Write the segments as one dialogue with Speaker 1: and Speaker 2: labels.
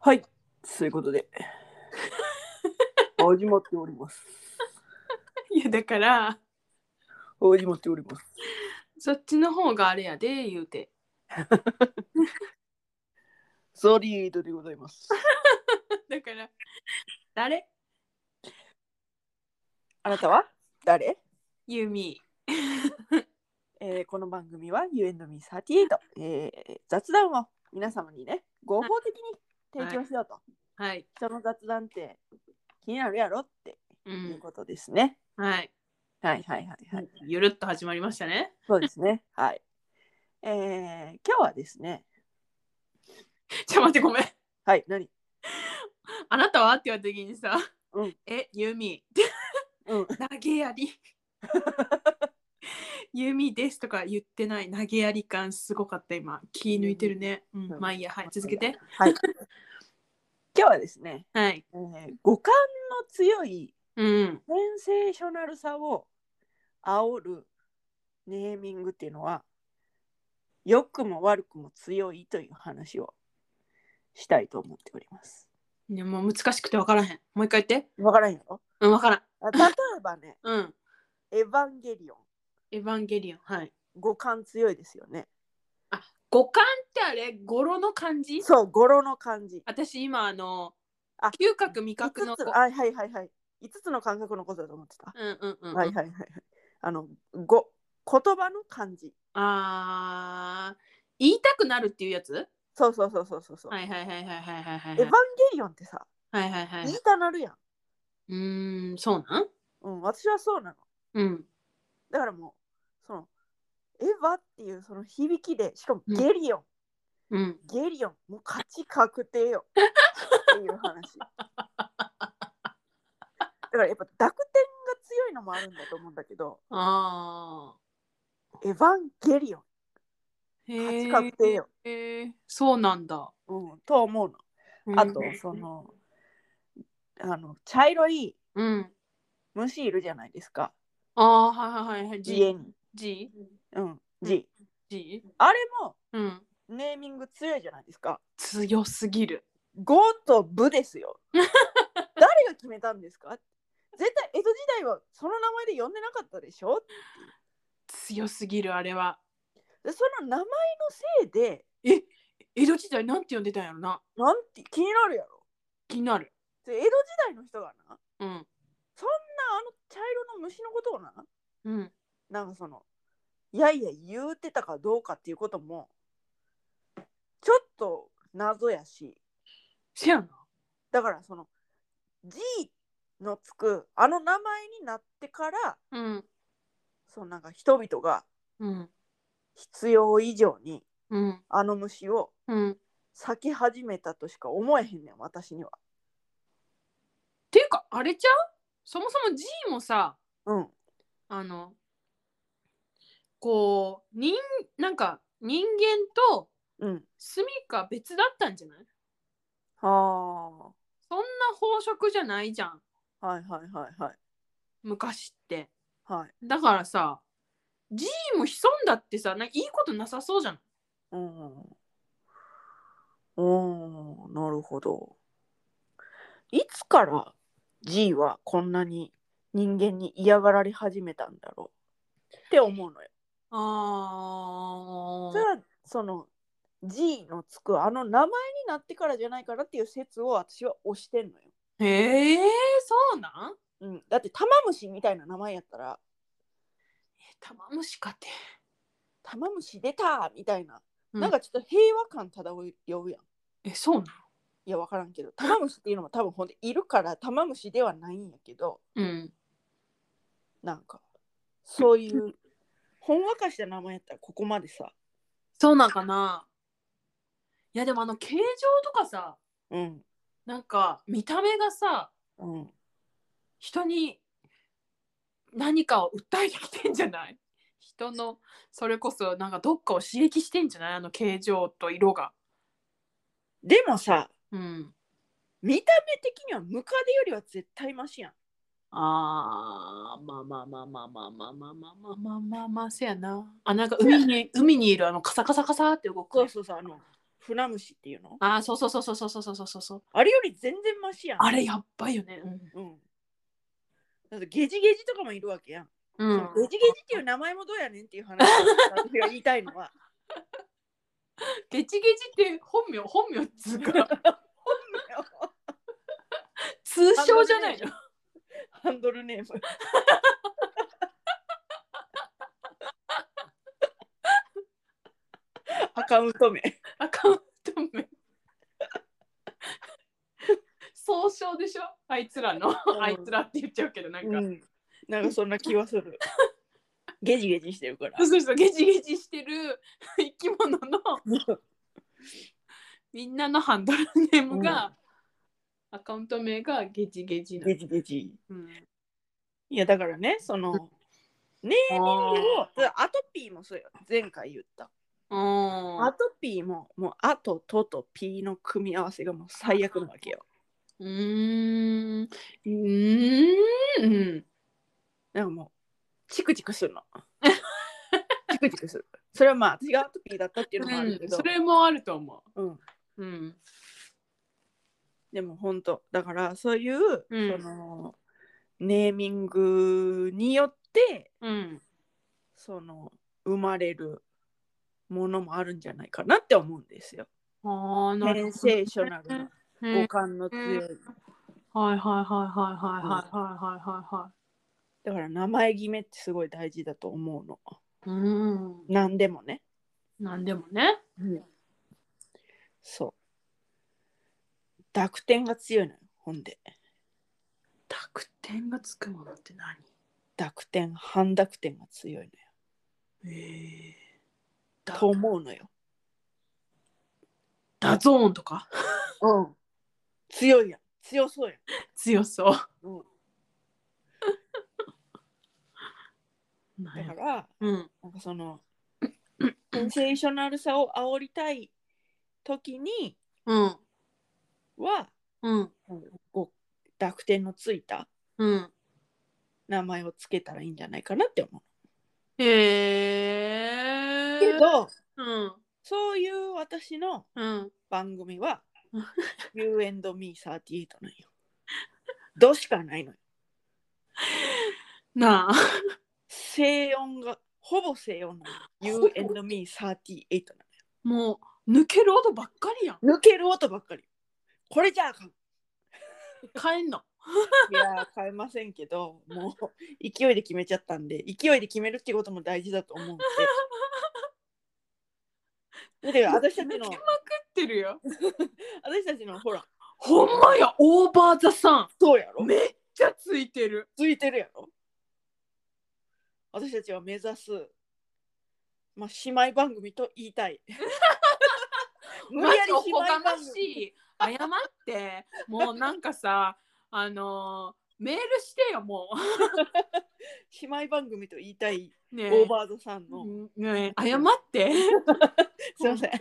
Speaker 1: はい、そういうことで。始まっております。
Speaker 2: いやだから
Speaker 1: 始まっております。
Speaker 2: そっちの方があれやで言うて
Speaker 1: ソリードでございます。
Speaker 2: だから誰
Speaker 1: あなたは誰、
Speaker 2: ユミ
Speaker 1: えーこの番組は You and me38、えー雑談を皆様にね、合法的に提供しようと。
Speaker 2: はい
Speaker 1: 人の雑談って気になるやろって
Speaker 2: う
Speaker 1: いうんことですね。
Speaker 2: はい、
Speaker 1: はいはいはいはい。
Speaker 2: ゆるっと始まりましたね
Speaker 1: そうですね。はい。えー今日はですね、
Speaker 2: ちょ待ってごめん
Speaker 1: はい、何
Speaker 2: あなたはって言われた時にさ「
Speaker 1: うん
Speaker 2: えユミ」って
Speaker 1: うん、
Speaker 2: 「 投げやり」「ユミです」とか言ってない投げやり感すごかった今気抜いてるね、うん
Speaker 1: うん
Speaker 2: まあいいやはい続けて
Speaker 1: はい。今日はですね、
Speaker 2: はい
Speaker 1: えー五感の強い
Speaker 2: うん
Speaker 1: センセーショナルさを煽るネーミングっていうのは良くも悪くも強いという話をしたいと思っております。
Speaker 2: ねもう難しくて分からへんもう一回言って
Speaker 1: わからんやろ
Speaker 2: うん分からん、
Speaker 1: あ例えばね
Speaker 2: うん
Speaker 1: エヴァンゲリオン、
Speaker 2: エヴァンゲリオンはい
Speaker 1: 五感強いですよね。
Speaker 2: 五感ってあれ語呂の感じ
Speaker 1: そう、語呂の感じ。
Speaker 2: 私今あの
Speaker 1: あ
Speaker 2: 嗅覚味覚の
Speaker 1: 五つ
Speaker 2: 語
Speaker 1: あはいはいはい。5つの感覚のことだと思ってた。
Speaker 2: うんうんうん、
Speaker 1: はいはいはいはい。あの、ご言葉の感じ。
Speaker 2: あー言いたくなるっていうやつ
Speaker 1: そうそうそうそうそうそう。
Speaker 2: はいはいはいはいはいはいは
Speaker 1: エ
Speaker 2: い
Speaker 1: ヴァンゲリオンってさ、
Speaker 2: はいはいはいは
Speaker 1: 言い
Speaker 2: い
Speaker 1: たなるやん。
Speaker 2: うーんそうなん
Speaker 1: うん、私はそうなの。
Speaker 2: うん
Speaker 1: だからもう、その、エヴァっていうその響きで、しかも
Speaker 2: うん
Speaker 1: ゲリオン、
Speaker 2: うん
Speaker 1: ゲリオン、もう勝ち確定よ。っていう話。だからやっぱ濁点が強いのもあるんだと思うんだけど、
Speaker 2: あ
Speaker 1: エヴァンゲリオン、勝
Speaker 2: ーへ
Speaker 1: ち
Speaker 2: ー
Speaker 1: 確定よ。
Speaker 2: へーそうなんだ
Speaker 1: うん、と思うの。あと
Speaker 2: うん、
Speaker 1: その、あの、茶色い
Speaker 2: うん
Speaker 1: 虫いるじゃないですか、
Speaker 2: あーはいはいはいはい
Speaker 1: 家
Speaker 2: G
Speaker 1: に。
Speaker 2: G
Speaker 1: うん、G。
Speaker 2: G
Speaker 1: あれも
Speaker 2: うん
Speaker 1: ネーミング強いじゃないですか。
Speaker 2: 強すぎる
Speaker 1: ゴとブですよ。 誰が決めたんですか絶対江戸時代はその名前で呼んでなかったでしょ
Speaker 2: 強すぎるあれは
Speaker 1: でその名前のせいで
Speaker 2: え江戸時代なんて呼んでたんやろな
Speaker 1: なんて気になるやろ
Speaker 2: 気になる
Speaker 1: で江戸時代の人がな
Speaker 2: うん
Speaker 1: そんなあの茶色の虫のことをな
Speaker 2: うん
Speaker 1: なんかそのいやいや言うてたかどうかっていうこともちょっと謎やし
Speaker 2: せやな
Speaker 1: だからその G のつくあの名前になってから
Speaker 2: うん
Speaker 1: そのなんか人々が
Speaker 2: うん
Speaker 1: 必要以上に
Speaker 2: うん
Speaker 1: あの虫を
Speaker 2: うん
Speaker 1: 避け始めたとしか思えへんねん私には。
Speaker 2: ていうかあれちゃうそもそも G もさ
Speaker 1: うん
Speaker 2: あのこう人なんか人間と
Speaker 1: うん。
Speaker 2: 住みか別だったんじゃない
Speaker 1: は
Speaker 2: そんな飽食じゃないじゃん
Speaker 1: あはいはいはいはい
Speaker 2: 昔って
Speaker 1: はい。
Speaker 2: だからさ G も潜んだってさなんかいいことなさそうじゃん
Speaker 1: うん。おーなるほど。いつから G はこんなに人間に嫌がられ始めたんだろうって思うのよ。
Speaker 2: あ
Speaker 1: それはその G のつくあの名前になってからじゃないからっていう説を私は推してんのよ。
Speaker 2: へえそうなん
Speaker 1: うん、だって玉虫みたいな名前やったら
Speaker 2: え玉虫かて、
Speaker 1: 玉虫出たみたいな、
Speaker 2: う
Speaker 1: なんかちょっと平和感漂うやん
Speaker 2: えそうなん
Speaker 1: いやわからんけど玉虫っていうのも多分ほんでいるから玉虫ではないんやけど
Speaker 2: うん
Speaker 1: なんかそう いうほんわかした名前やったらここまでさ
Speaker 2: そうなんかないやでもあの形状とかさ
Speaker 1: うん
Speaker 2: なんか見た目がさ
Speaker 1: うん
Speaker 2: 人に何かを訴えてきてんじゃない人のそれこそなんかどっかを刺激してんじゃないあの形状と色が
Speaker 1: でもさ
Speaker 2: うん
Speaker 1: 見た目的にはムカデよりは絶対マシやん
Speaker 2: あーまあまあまあまあまあまあまあまあまあまあまあまあせやなあなんか海に海にいるあのカサカサカサって動く
Speaker 1: そうそうそうあのフナムシっていうの
Speaker 2: ああ、そうそうそうそうそうそうそうそうそう。
Speaker 1: あれより全然マシやん。
Speaker 2: あれやっばいよね。
Speaker 1: うん。だってゲジゲジとかもいるわけやん。
Speaker 2: うん。
Speaker 1: そ
Speaker 2: うん
Speaker 1: のゲジゲジっていう名前もどうやねんっていう話を私が言いたいのは。
Speaker 2: ゲチゲチって本名本名っつうか通称じゃないの。
Speaker 1: ハンドルネーム。アカウント名。
Speaker 2: アカウント名。総称でしょあいつらの、
Speaker 1: ん
Speaker 2: あいつらって言っちゃうけどなんか、
Speaker 1: うん、なんかそんな気はす る。ゲジゲジしてるから。
Speaker 2: そうそうゲチゲチしてる生き物のみんなのハンドルネームが、アカウント名がゲチゲチなの
Speaker 1: ゲジゲジ。
Speaker 2: うん
Speaker 1: いやだからね、その、ネーミングを、アトピーもそうよ。前回言った。
Speaker 2: うん
Speaker 1: アトピーも、もう、アとトとピーの組み合わせがもう最悪なわけよ。
Speaker 2: うーん。うーん。うん
Speaker 1: なんかもう、チクチクするの。 チクチクする。それはまあ、私がアトピーだったっていうのもあるけど、
Speaker 2: それもあると思
Speaker 1: うん、
Speaker 2: う。うん。
Speaker 1: でも本当、だからそういう、
Speaker 2: うん
Speaker 1: その、ネーミングによって、
Speaker 2: うん。
Speaker 1: その、生まれるものもあるんじゃないかなって思うんですよ。
Speaker 2: ああ、
Speaker 1: セ
Speaker 2: なるほ
Speaker 1: ン
Speaker 2: ど。
Speaker 1: セーショナルな、
Speaker 2: うん
Speaker 1: 五感の強い。
Speaker 2: はいはいはいはいはいはいはいはいは
Speaker 1: だから名前決めってすごい大事だと思うの。
Speaker 2: い。うん。
Speaker 1: 何でもね。
Speaker 2: なんでもね。
Speaker 1: そう。濁点が強いのよ、ほんで。
Speaker 2: 濁点がつくものって何
Speaker 1: 濁点、半濁点が強いのよ。
Speaker 2: えー
Speaker 1: と思うのよ。
Speaker 2: ダゾーンとか
Speaker 1: うん。強いやん。強そうやん。
Speaker 2: 強そう。
Speaker 1: だから、
Speaker 2: うん。
Speaker 1: なんかその、センセーショナルさを煽りたい時に
Speaker 2: うん。
Speaker 1: は、
Speaker 2: うん。
Speaker 1: こう濁点のついた
Speaker 2: うん。
Speaker 1: 名前をつけたらいいんじゃないかなって思
Speaker 2: へえ
Speaker 1: う。
Speaker 2: ー。
Speaker 1: けど、
Speaker 2: うん。
Speaker 1: そういう私の
Speaker 2: うん。
Speaker 1: 番組は
Speaker 2: うん
Speaker 1: You and me38 なんよ。どしかないのよ。
Speaker 2: なあ。
Speaker 1: 声音がほぼ声音なのよ。You and me38
Speaker 2: もう抜ける音ばっかりやん。
Speaker 1: なの。抜ける音ばっかり。これじゃあかん。
Speaker 2: 帰んの。
Speaker 1: いやー、買えませんけど、もう勢いで決めちゃったんで、勢いで決めるってことも大事だと思うんで。で、私たちの
Speaker 2: 抜け、まくってるよ。
Speaker 1: 私たちのほら、
Speaker 2: ほんまや、オーバーザさ
Speaker 1: そうやろ
Speaker 2: ん。めっちゃついてる。
Speaker 1: ついてるやろ私たちは目指す、まあ、姉妹番組と言い たい。無
Speaker 2: マ
Speaker 1: 理や
Speaker 2: ジ
Speaker 1: り
Speaker 2: お
Speaker 1: 姉
Speaker 2: こ
Speaker 1: 妹
Speaker 2: がま
Speaker 1: 番
Speaker 2: し
Speaker 1: 組。
Speaker 2: い。謝って。もうなんかさ、あのーメールしてよ、も
Speaker 1: 姉妹番組と言いたい、
Speaker 2: う。ねえ
Speaker 1: オーバードさんの。
Speaker 2: ねえ謝って。
Speaker 1: すいません。すいませんす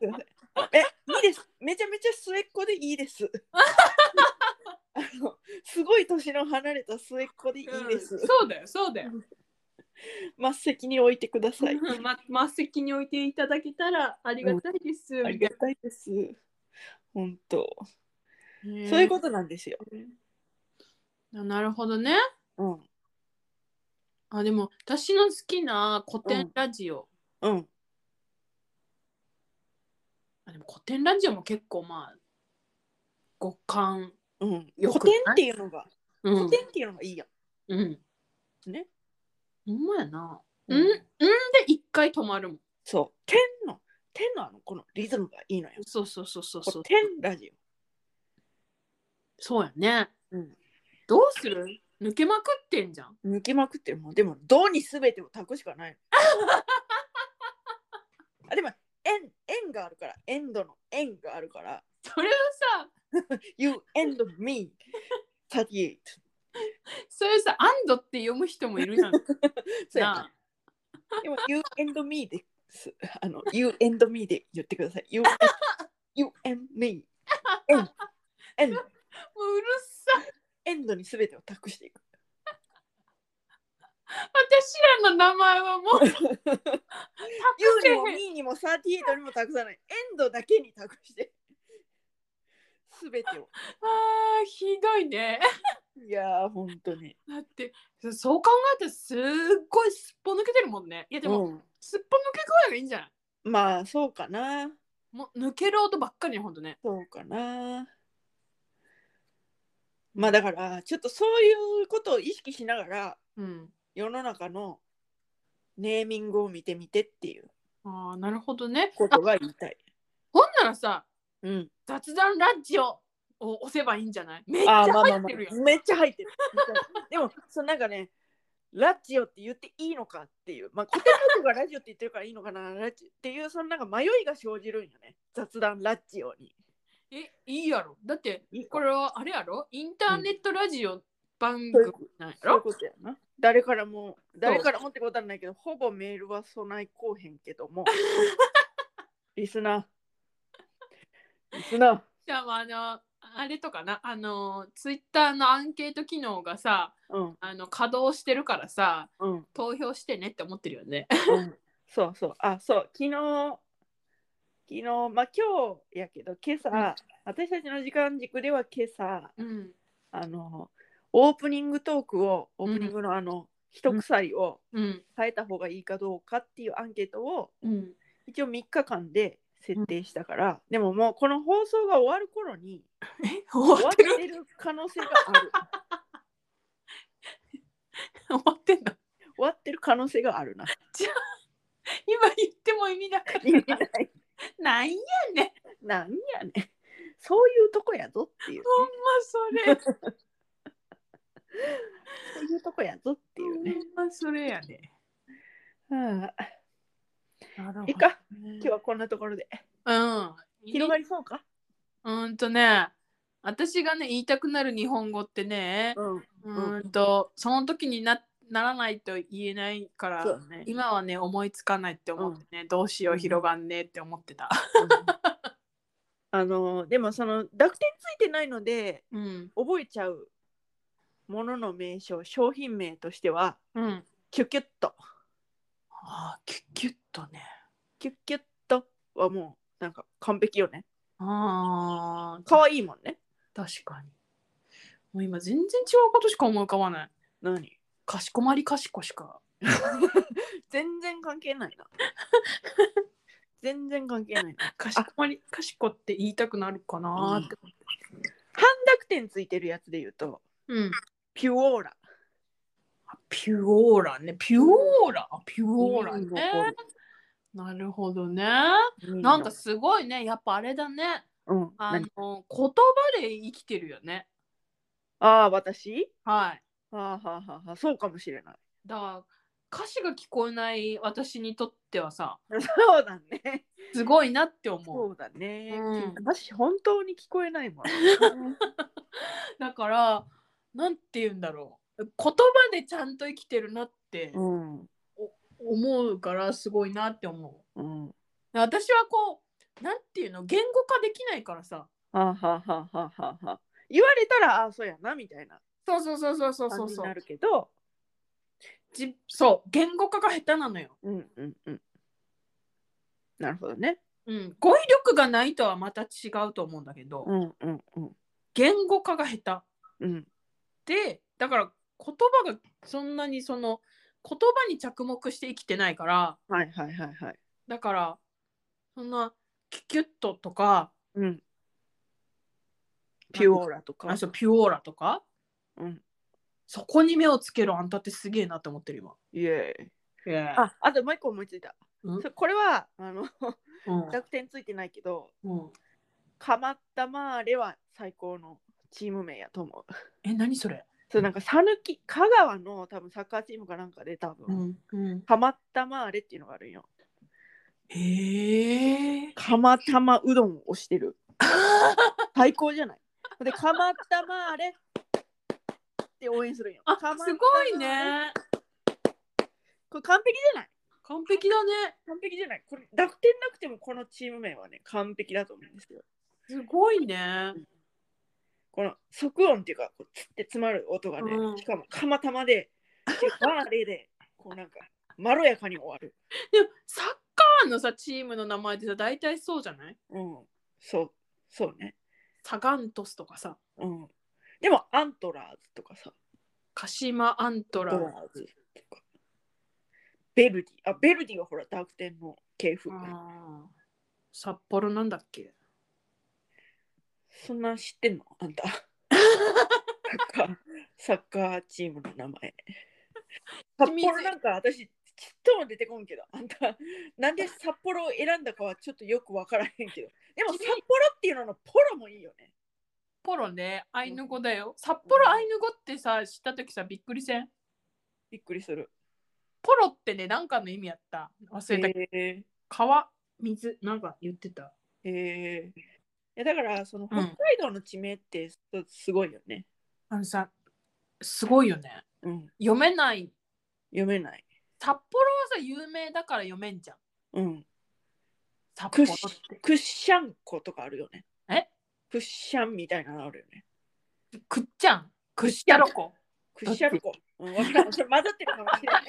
Speaker 1: いま せん。え、いいです。めちゃめちゃ末っ子でいいです。あのすごい年の離れた末っ子でいい です。
Speaker 2: うんそうだよ、そうだよ。
Speaker 1: 末席に置いてください。
Speaker 2: ま、末席に置いていただけたらありがたいです。
Speaker 1: ありがたいです。本当。
Speaker 2: ねえ
Speaker 1: そういうことなんですよ。
Speaker 2: なるほどね。
Speaker 1: うん。
Speaker 2: あでも私の好きな古典ラジオ、
Speaker 1: うん。
Speaker 2: あでも古典ラジオも結構まあ五感、
Speaker 1: うん。
Speaker 2: よ
Speaker 1: 古
Speaker 2: くな
Speaker 1: 典
Speaker 2: い
Speaker 1: っていうのが、
Speaker 2: う
Speaker 1: 古
Speaker 2: ん、
Speaker 1: 典っていうのがいいや
Speaker 2: うん、
Speaker 1: ん。ね。
Speaker 2: ほんまやな。
Speaker 1: う
Speaker 2: うんん、うんで一回止まるもん。
Speaker 1: そう。天の、天のあの、このリズムがいいのよ。
Speaker 2: そうそうそうそうそ
Speaker 1: 古
Speaker 2: う。
Speaker 1: 典ラジ
Speaker 2: そうやね。
Speaker 1: オ。うん。
Speaker 2: どうする抜けまくってんじゃん。
Speaker 1: 抜けまくってるもんでも「ど」に全てを託くしかないの あでも「円」円があるからエンドの「円」があるから
Speaker 2: それをさ、
Speaker 1: 「You and me38
Speaker 2: それをさ、アンドって読む人もいるじゃ ん。」
Speaker 1: そうやなでも「You and me」ですあの「You and me」で言ってください「You, and- you and me」円「円」
Speaker 2: もううるさい。
Speaker 1: 「エンド」に全てを託していく
Speaker 2: 私らの名前はもう託せ
Speaker 1: ユーに
Speaker 2: へ
Speaker 1: もミ
Speaker 2: ん
Speaker 1: ーにもサーティエイトにも託さない。エンドだけに託して。すべてを。
Speaker 2: あーひどいね
Speaker 1: いやー、本当に。
Speaker 2: だってそう考えてすっごいすっぽ抜けてるもんねいやでも、
Speaker 1: うん
Speaker 2: すっぽ抜け具合がいいんじゃない
Speaker 1: まあ、そうかな。
Speaker 2: もう抜ける音ばっかりねほんとね
Speaker 1: そうかな。まあだからちょっとそういうことを意識しながら
Speaker 2: うん
Speaker 1: 世の中のネーミングを見てみてっていう
Speaker 2: ああなるほどね
Speaker 1: ことが言いたい。
Speaker 2: ほんならさ
Speaker 1: うん、
Speaker 2: 雑談ラジオを押せばいいんじゃないめっち
Speaker 1: あ
Speaker 2: ゃ
Speaker 1: ーまあまあ
Speaker 2: 入っ
Speaker 1: ま
Speaker 2: てるよ
Speaker 1: あめっちゃ入ってる。でもそのなんかねラジオって言っていいのかっていうまあ古典語がラジオって言ってるからいいのかなラジっていうそのなんか迷いが生じるんよね雑談ラジオに。
Speaker 2: えいいやろだって
Speaker 1: いい
Speaker 2: こ
Speaker 1: れ
Speaker 2: れはあれやろインターネットラジオ番組
Speaker 1: そういう
Speaker 2: なんや
Speaker 1: そういう
Speaker 2: ろ
Speaker 1: ことやな。誰からも誰からもってことはないけどほぼメールは備えこうへんけど もリスナーリスナー
Speaker 2: じゃあまああのあれとかなあのツイッターのアンケート機能がさ
Speaker 1: うん
Speaker 2: あの稼働してるからさ
Speaker 1: うん
Speaker 2: 投票してねって思ってるよね
Speaker 1: うんそうそう。あ、そう。昨日、昨日、まあ今日やけど、今朝、
Speaker 2: うん
Speaker 1: 私たちの時間軸では今朝、
Speaker 2: うん
Speaker 1: あの、オープニングトークを、オープニングのあの、一鎖を
Speaker 2: うん
Speaker 1: 変えた方がいいかどうかっていうアンケートを、
Speaker 2: うん
Speaker 1: 一応3日間で設定したから、でももうこの放送が終わる頃に、
Speaker 2: え終
Speaker 1: 終
Speaker 2: わ
Speaker 1: わ
Speaker 2: っ
Speaker 1: ってて
Speaker 2: る
Speaker 1: る可能性があ る。
Speaker 2: 終わってんだ
Speaker 1: 終わってる可能性があるな。
Speaker 2: 今言っても意味なか
Speaker 1: 意味
Speaker 2: っ
Speaker 1: な
Speaker 2: た
Speaker 1: い
Speaker 2: なんや
Speaker 1: なんやねん。そういうとこやぞっていう。
Speaker 2: ほんまそれ
Speaker 1: そういうとこやぞっていうね。
Speaker 2: ほんまそれやね
Speaker 1: はあ、
Speaker 2: なる
Speaker 1: いいか、
Speaker 2: 今
Speaker 1: 今日はこんなところで。
Speaker 2: うん。
Speaker 1: 広がりそうか。
Speaker 2: うーんとね、私がね、言いたくなる日本語ってね、
Speaker 1: うん、
Speaker 2: うんーんと、その時になならないと言えないか
Speaker 1: そう
Speaker 2: ら、
Speaker 1: だね。
Speaker 2: 今はね、思いつかないって思ってね、どうしよう、広がんねって思ってた。
Speaker 1: あの、でも、その濁点ついてないので、
Speaker 2: うん。
Speaker 1: 覚えちゃう。ものの名称、商品名としては、
Speaker 2: うん。
Speaker 1: キュキュッと。
Speaker 2: ああ、キュッキュッとね。
Speaker 1: キュキュッとはもう、なんか完璧よね。
Speaker 2: ああ、
Speaker 1: 可愛いもんね。
Speaker 2: 確かに。もう今、全然違うことしか思い浮かばない。
Speaker 1: 何。
Speaker 2: かしこまりかしこしか。
Speaker 1: 全然関係ないな。 全然関係ないな。
Speaker 2: かしこまりかしこって言いたくなるかなーって。
Speaker 1: 半濁点ついてるやつで言うと、
Speaker 2: うん。
Speaker 1: ピュオーラ。
Speaker 2: ピュオーラね。ピュオーラ。ピュオーラ
Speaker 1: うん
Speaker 2: ね。なるほどね。な
Speaker 1: なん
Speaker 2: か、すごいね。やっぱあれだね。
Speaker 1: うん、
Speaker 2: あ
Speaker 1: 何
Speaker 2: の言葉で生きてるよね。
Speaker 1: ああ、私
Speaker 2: はい。
Speaker 1: はあ、はあはあはあ、そうかもしれない。
Speaker 2: だから歌詞が聞こえない私にとってはさ、
Speaker 1: そうだね。
Speaker 2: すごいなって思う。
Speaker 1: そうだね。
Speaker 2: うん
Speaker 1: 私、本当に聞こえない もん。うん
Speaker 2: だから、なんて言うんだろう。言葉でちゃんと生きてるなって
Speaker 1: うん。
Speaker 2: 思うからすごいなって思う。
Speaker 1: うん。
Speaker 2: 私はこう、なんていうの、言語化できないからさ。
Speaker 1: はあ、はあはあはあはあはあ、言われたら、ああ、そうやな、みたいな
Speaker 2: そうそうそうそうそうそ
Speaker 1: 感
Speaker 2: う
Speaker 1: じ
Speaker 2: そ
Speaker 1: に
Speaker 2: う
Speaker 1: な。るけど、
Speaker 2: じそう言語化が下手なのよ、
Speaker 1: うんうんうん。なるほどね。
Speaker 2: うん、語彙力がないとはまた違うと思うんだけど、
Speaker 1: うんうんうん。
Speaker 2: 言語化が下
Speaker 1: うん
Speaker 2: 手でだから言葉がそんなにその言葉に着目して生きてないから
Speaker 1: はいはいはいはい。
Speaker 2: だからそんなキュキュッととか
Speaker 1: うん。ピュオーラとか
Speaker 2: あ。そうピュオーラとか
Speaker 1: うん。
Speaker 2: そこに目をつけるあんたってすげえなと思ってる今。
Speaker 1: イエーイ。
Speaker 2: あ
Speaker 1: あ、あともう一個思いついた。
Speaker 2: うん
Speaker 1: そこれは、あの、
Speaker 2: うん
Speaker 1: 濁点ついてないけど、
Speaker 2: うん、
Speaker 1: かまったまーれは最高のチーム名やと思う。
Speaker 2: え何それ、
Speaker 1: そうなんかさぬき香川の多分サッカーチームかなんかで多分、
Speaker 2: んうん、
Speaker 1: かまったまーれっていうのがあるんよ。
Speaker 2: へえ
Speaker 1: かまたまうどんを推して る。最高じゃない。でかまったまーれって応援するんよ。
Speaker 2: あ
Speaker 1: かますったまーれ
Speaker 2: ごい。ね
Speaker 1: これ完璧じゃない。
Speaker 2: 完璧だね
Speaker 1: 完璧じゃない。これ濁点なくてもこのチーム名はね完璧だと思うんですよ。
Speaker 2: すごいね。
Speaker 1: この即音っていうかこうつって詰まる音がね、
Speaker 2: うん
Speaker 1: しかもかまたまで結構あれで、こうなんか、まろやかに終わる。
Speaker 2: でもサッカーのさチームの名前ってさ大体そうじゃない
Speaker 1: うん。そう、そうね。
Speaker 2: サガントスとかさ
Speaker 1: うん。でも、アントラーズとかさ、
Speaker 2: 鹿島アント
Speaker 1: アン
Speaker 2: ラー
Speaker 1: ト
Speaker 2: ズ
Speaker 1: ラーズとか。ベルディ、あ、ベルディはほら、ダークテンの系譜。
Speaker 2: あー札幌なんだっけ
Speaker 1: そんなん知ってんのあんた。サッカー、サッカーチームの名前。札
Speaker 2: 清水
Speaker 1: 幌なんか私、ちっとも出てこんけど、あんた、なんで札幌を選んだかはちょっとよくわからへんけど。でも札
Speaker 2: 君
Speaker 1: 幌っていうののポロもいいよね。
Speaker 2: ポロねアイヌ語だよ札幌アイヌ語ってさ知った時さびっくりせん
Speaker 1: びっくりする。
Speaker 2: ポロってねなんかの意味やった忘れたけど、
Speaker 1: え
Speaker 2: 川水なんか言ってた
Speaker 1: ー、えーいやだから、その
Speaker 2: う
Speaker 1: 北
Speaker 2: ん
Speaker 1: 海道の地名ってすすごいよね。
Speaker 2: あのさすごいよね
Speaker 1: うん、
Speaker 2: 読めない
Speaker 1: 読めない。
Speaker 2: 札幌はさ有名だから読めんじゃん
Speaker 1: うん。
Speaker 2: 札
Speaker 1: ク
Speaker 2: 幌
Speaker 1: ッシ
Speaker 2: って
Speaker 1: クッシャンコとかあるよね。
Speaker 2: え
Speaker 1: クッシャンみたいなのあるよね。
Speaker 2: くっちゃんくっしゃろこ
Speaker 1: クッシャルコ。うん、わからん。それ混ざってるかもしれ ない。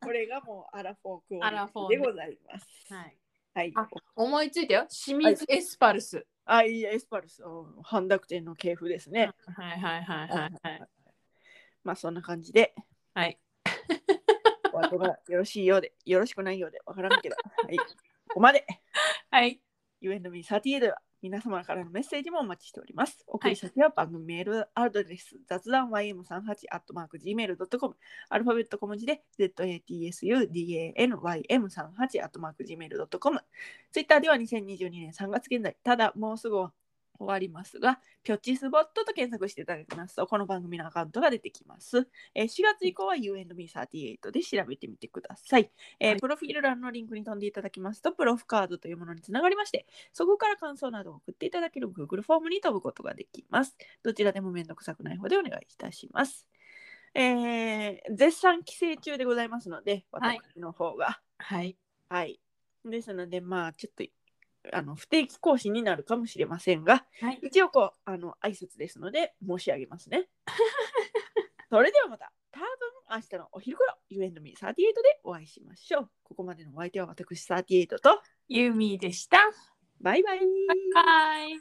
Speaker 1: これがもうアラフォークオ
Speaker 2: アラフォー
Speaker 1: で
Speaker 2: ね
Speaker 1: ございます。
Speaker 2: はい
Speaker 1: はい。
Speaker 2: あ思いついたよ清水エスパルス、
Speaker 1: あ、いいやエスパルス。うん半濁点の系譜ですね。
Speaker 2: はい、はいはいはいはい
Speaker 1: まあそんな感じで。
Speaker 2: はい。
Speaker 1: お後がよろしいようで、よろしくないようで、わからんけど。はい。ここまで。
Speaker 2: はい、
Speaker 1: U&Me38 では皆様からのメッセージもお待ちしております。お送り先は番組メールアドレス、雑談 ym38-gmail.com アルファベット小文字で zatsudanym38-gmail.com ツイッターでは2022年3月現在、ただもうすぐ終わりますが、ピョッチスボットと検索していただきますと、この番組のアカウントが出てきます。えー4月以降は U&Me38 で調べてみてください。えー
Speaker 2: はい
Speaker 1: プロフィール欄のリンクに飛んでいただきますと、プロフカードというものにつながりまして、そこから感想などを送っていただける Google フォームに飛ぶことができます。どちらでも面倒くさくない方でお願いいたします。えー絶賛帰省中でございますので、
Speaker 2: はい
Speaker 1: 私の方が。
Speaker 2: はい、
Speaker 1: はい。ですので、まあ、ちょっとあの不定期更新になるかもしれませんが、
Speaker 2: はい
Speaker 1: 一応こう、あの挨拶ですので、申し上げます ね。それではまた、多分明日のお昼頃、You and me38 でお会いしましょう。ここまでのお相手は私38と、
Speaker 2: ユーミーでした
Speaker 1: バイバイ。
Speaker 2: バイバイ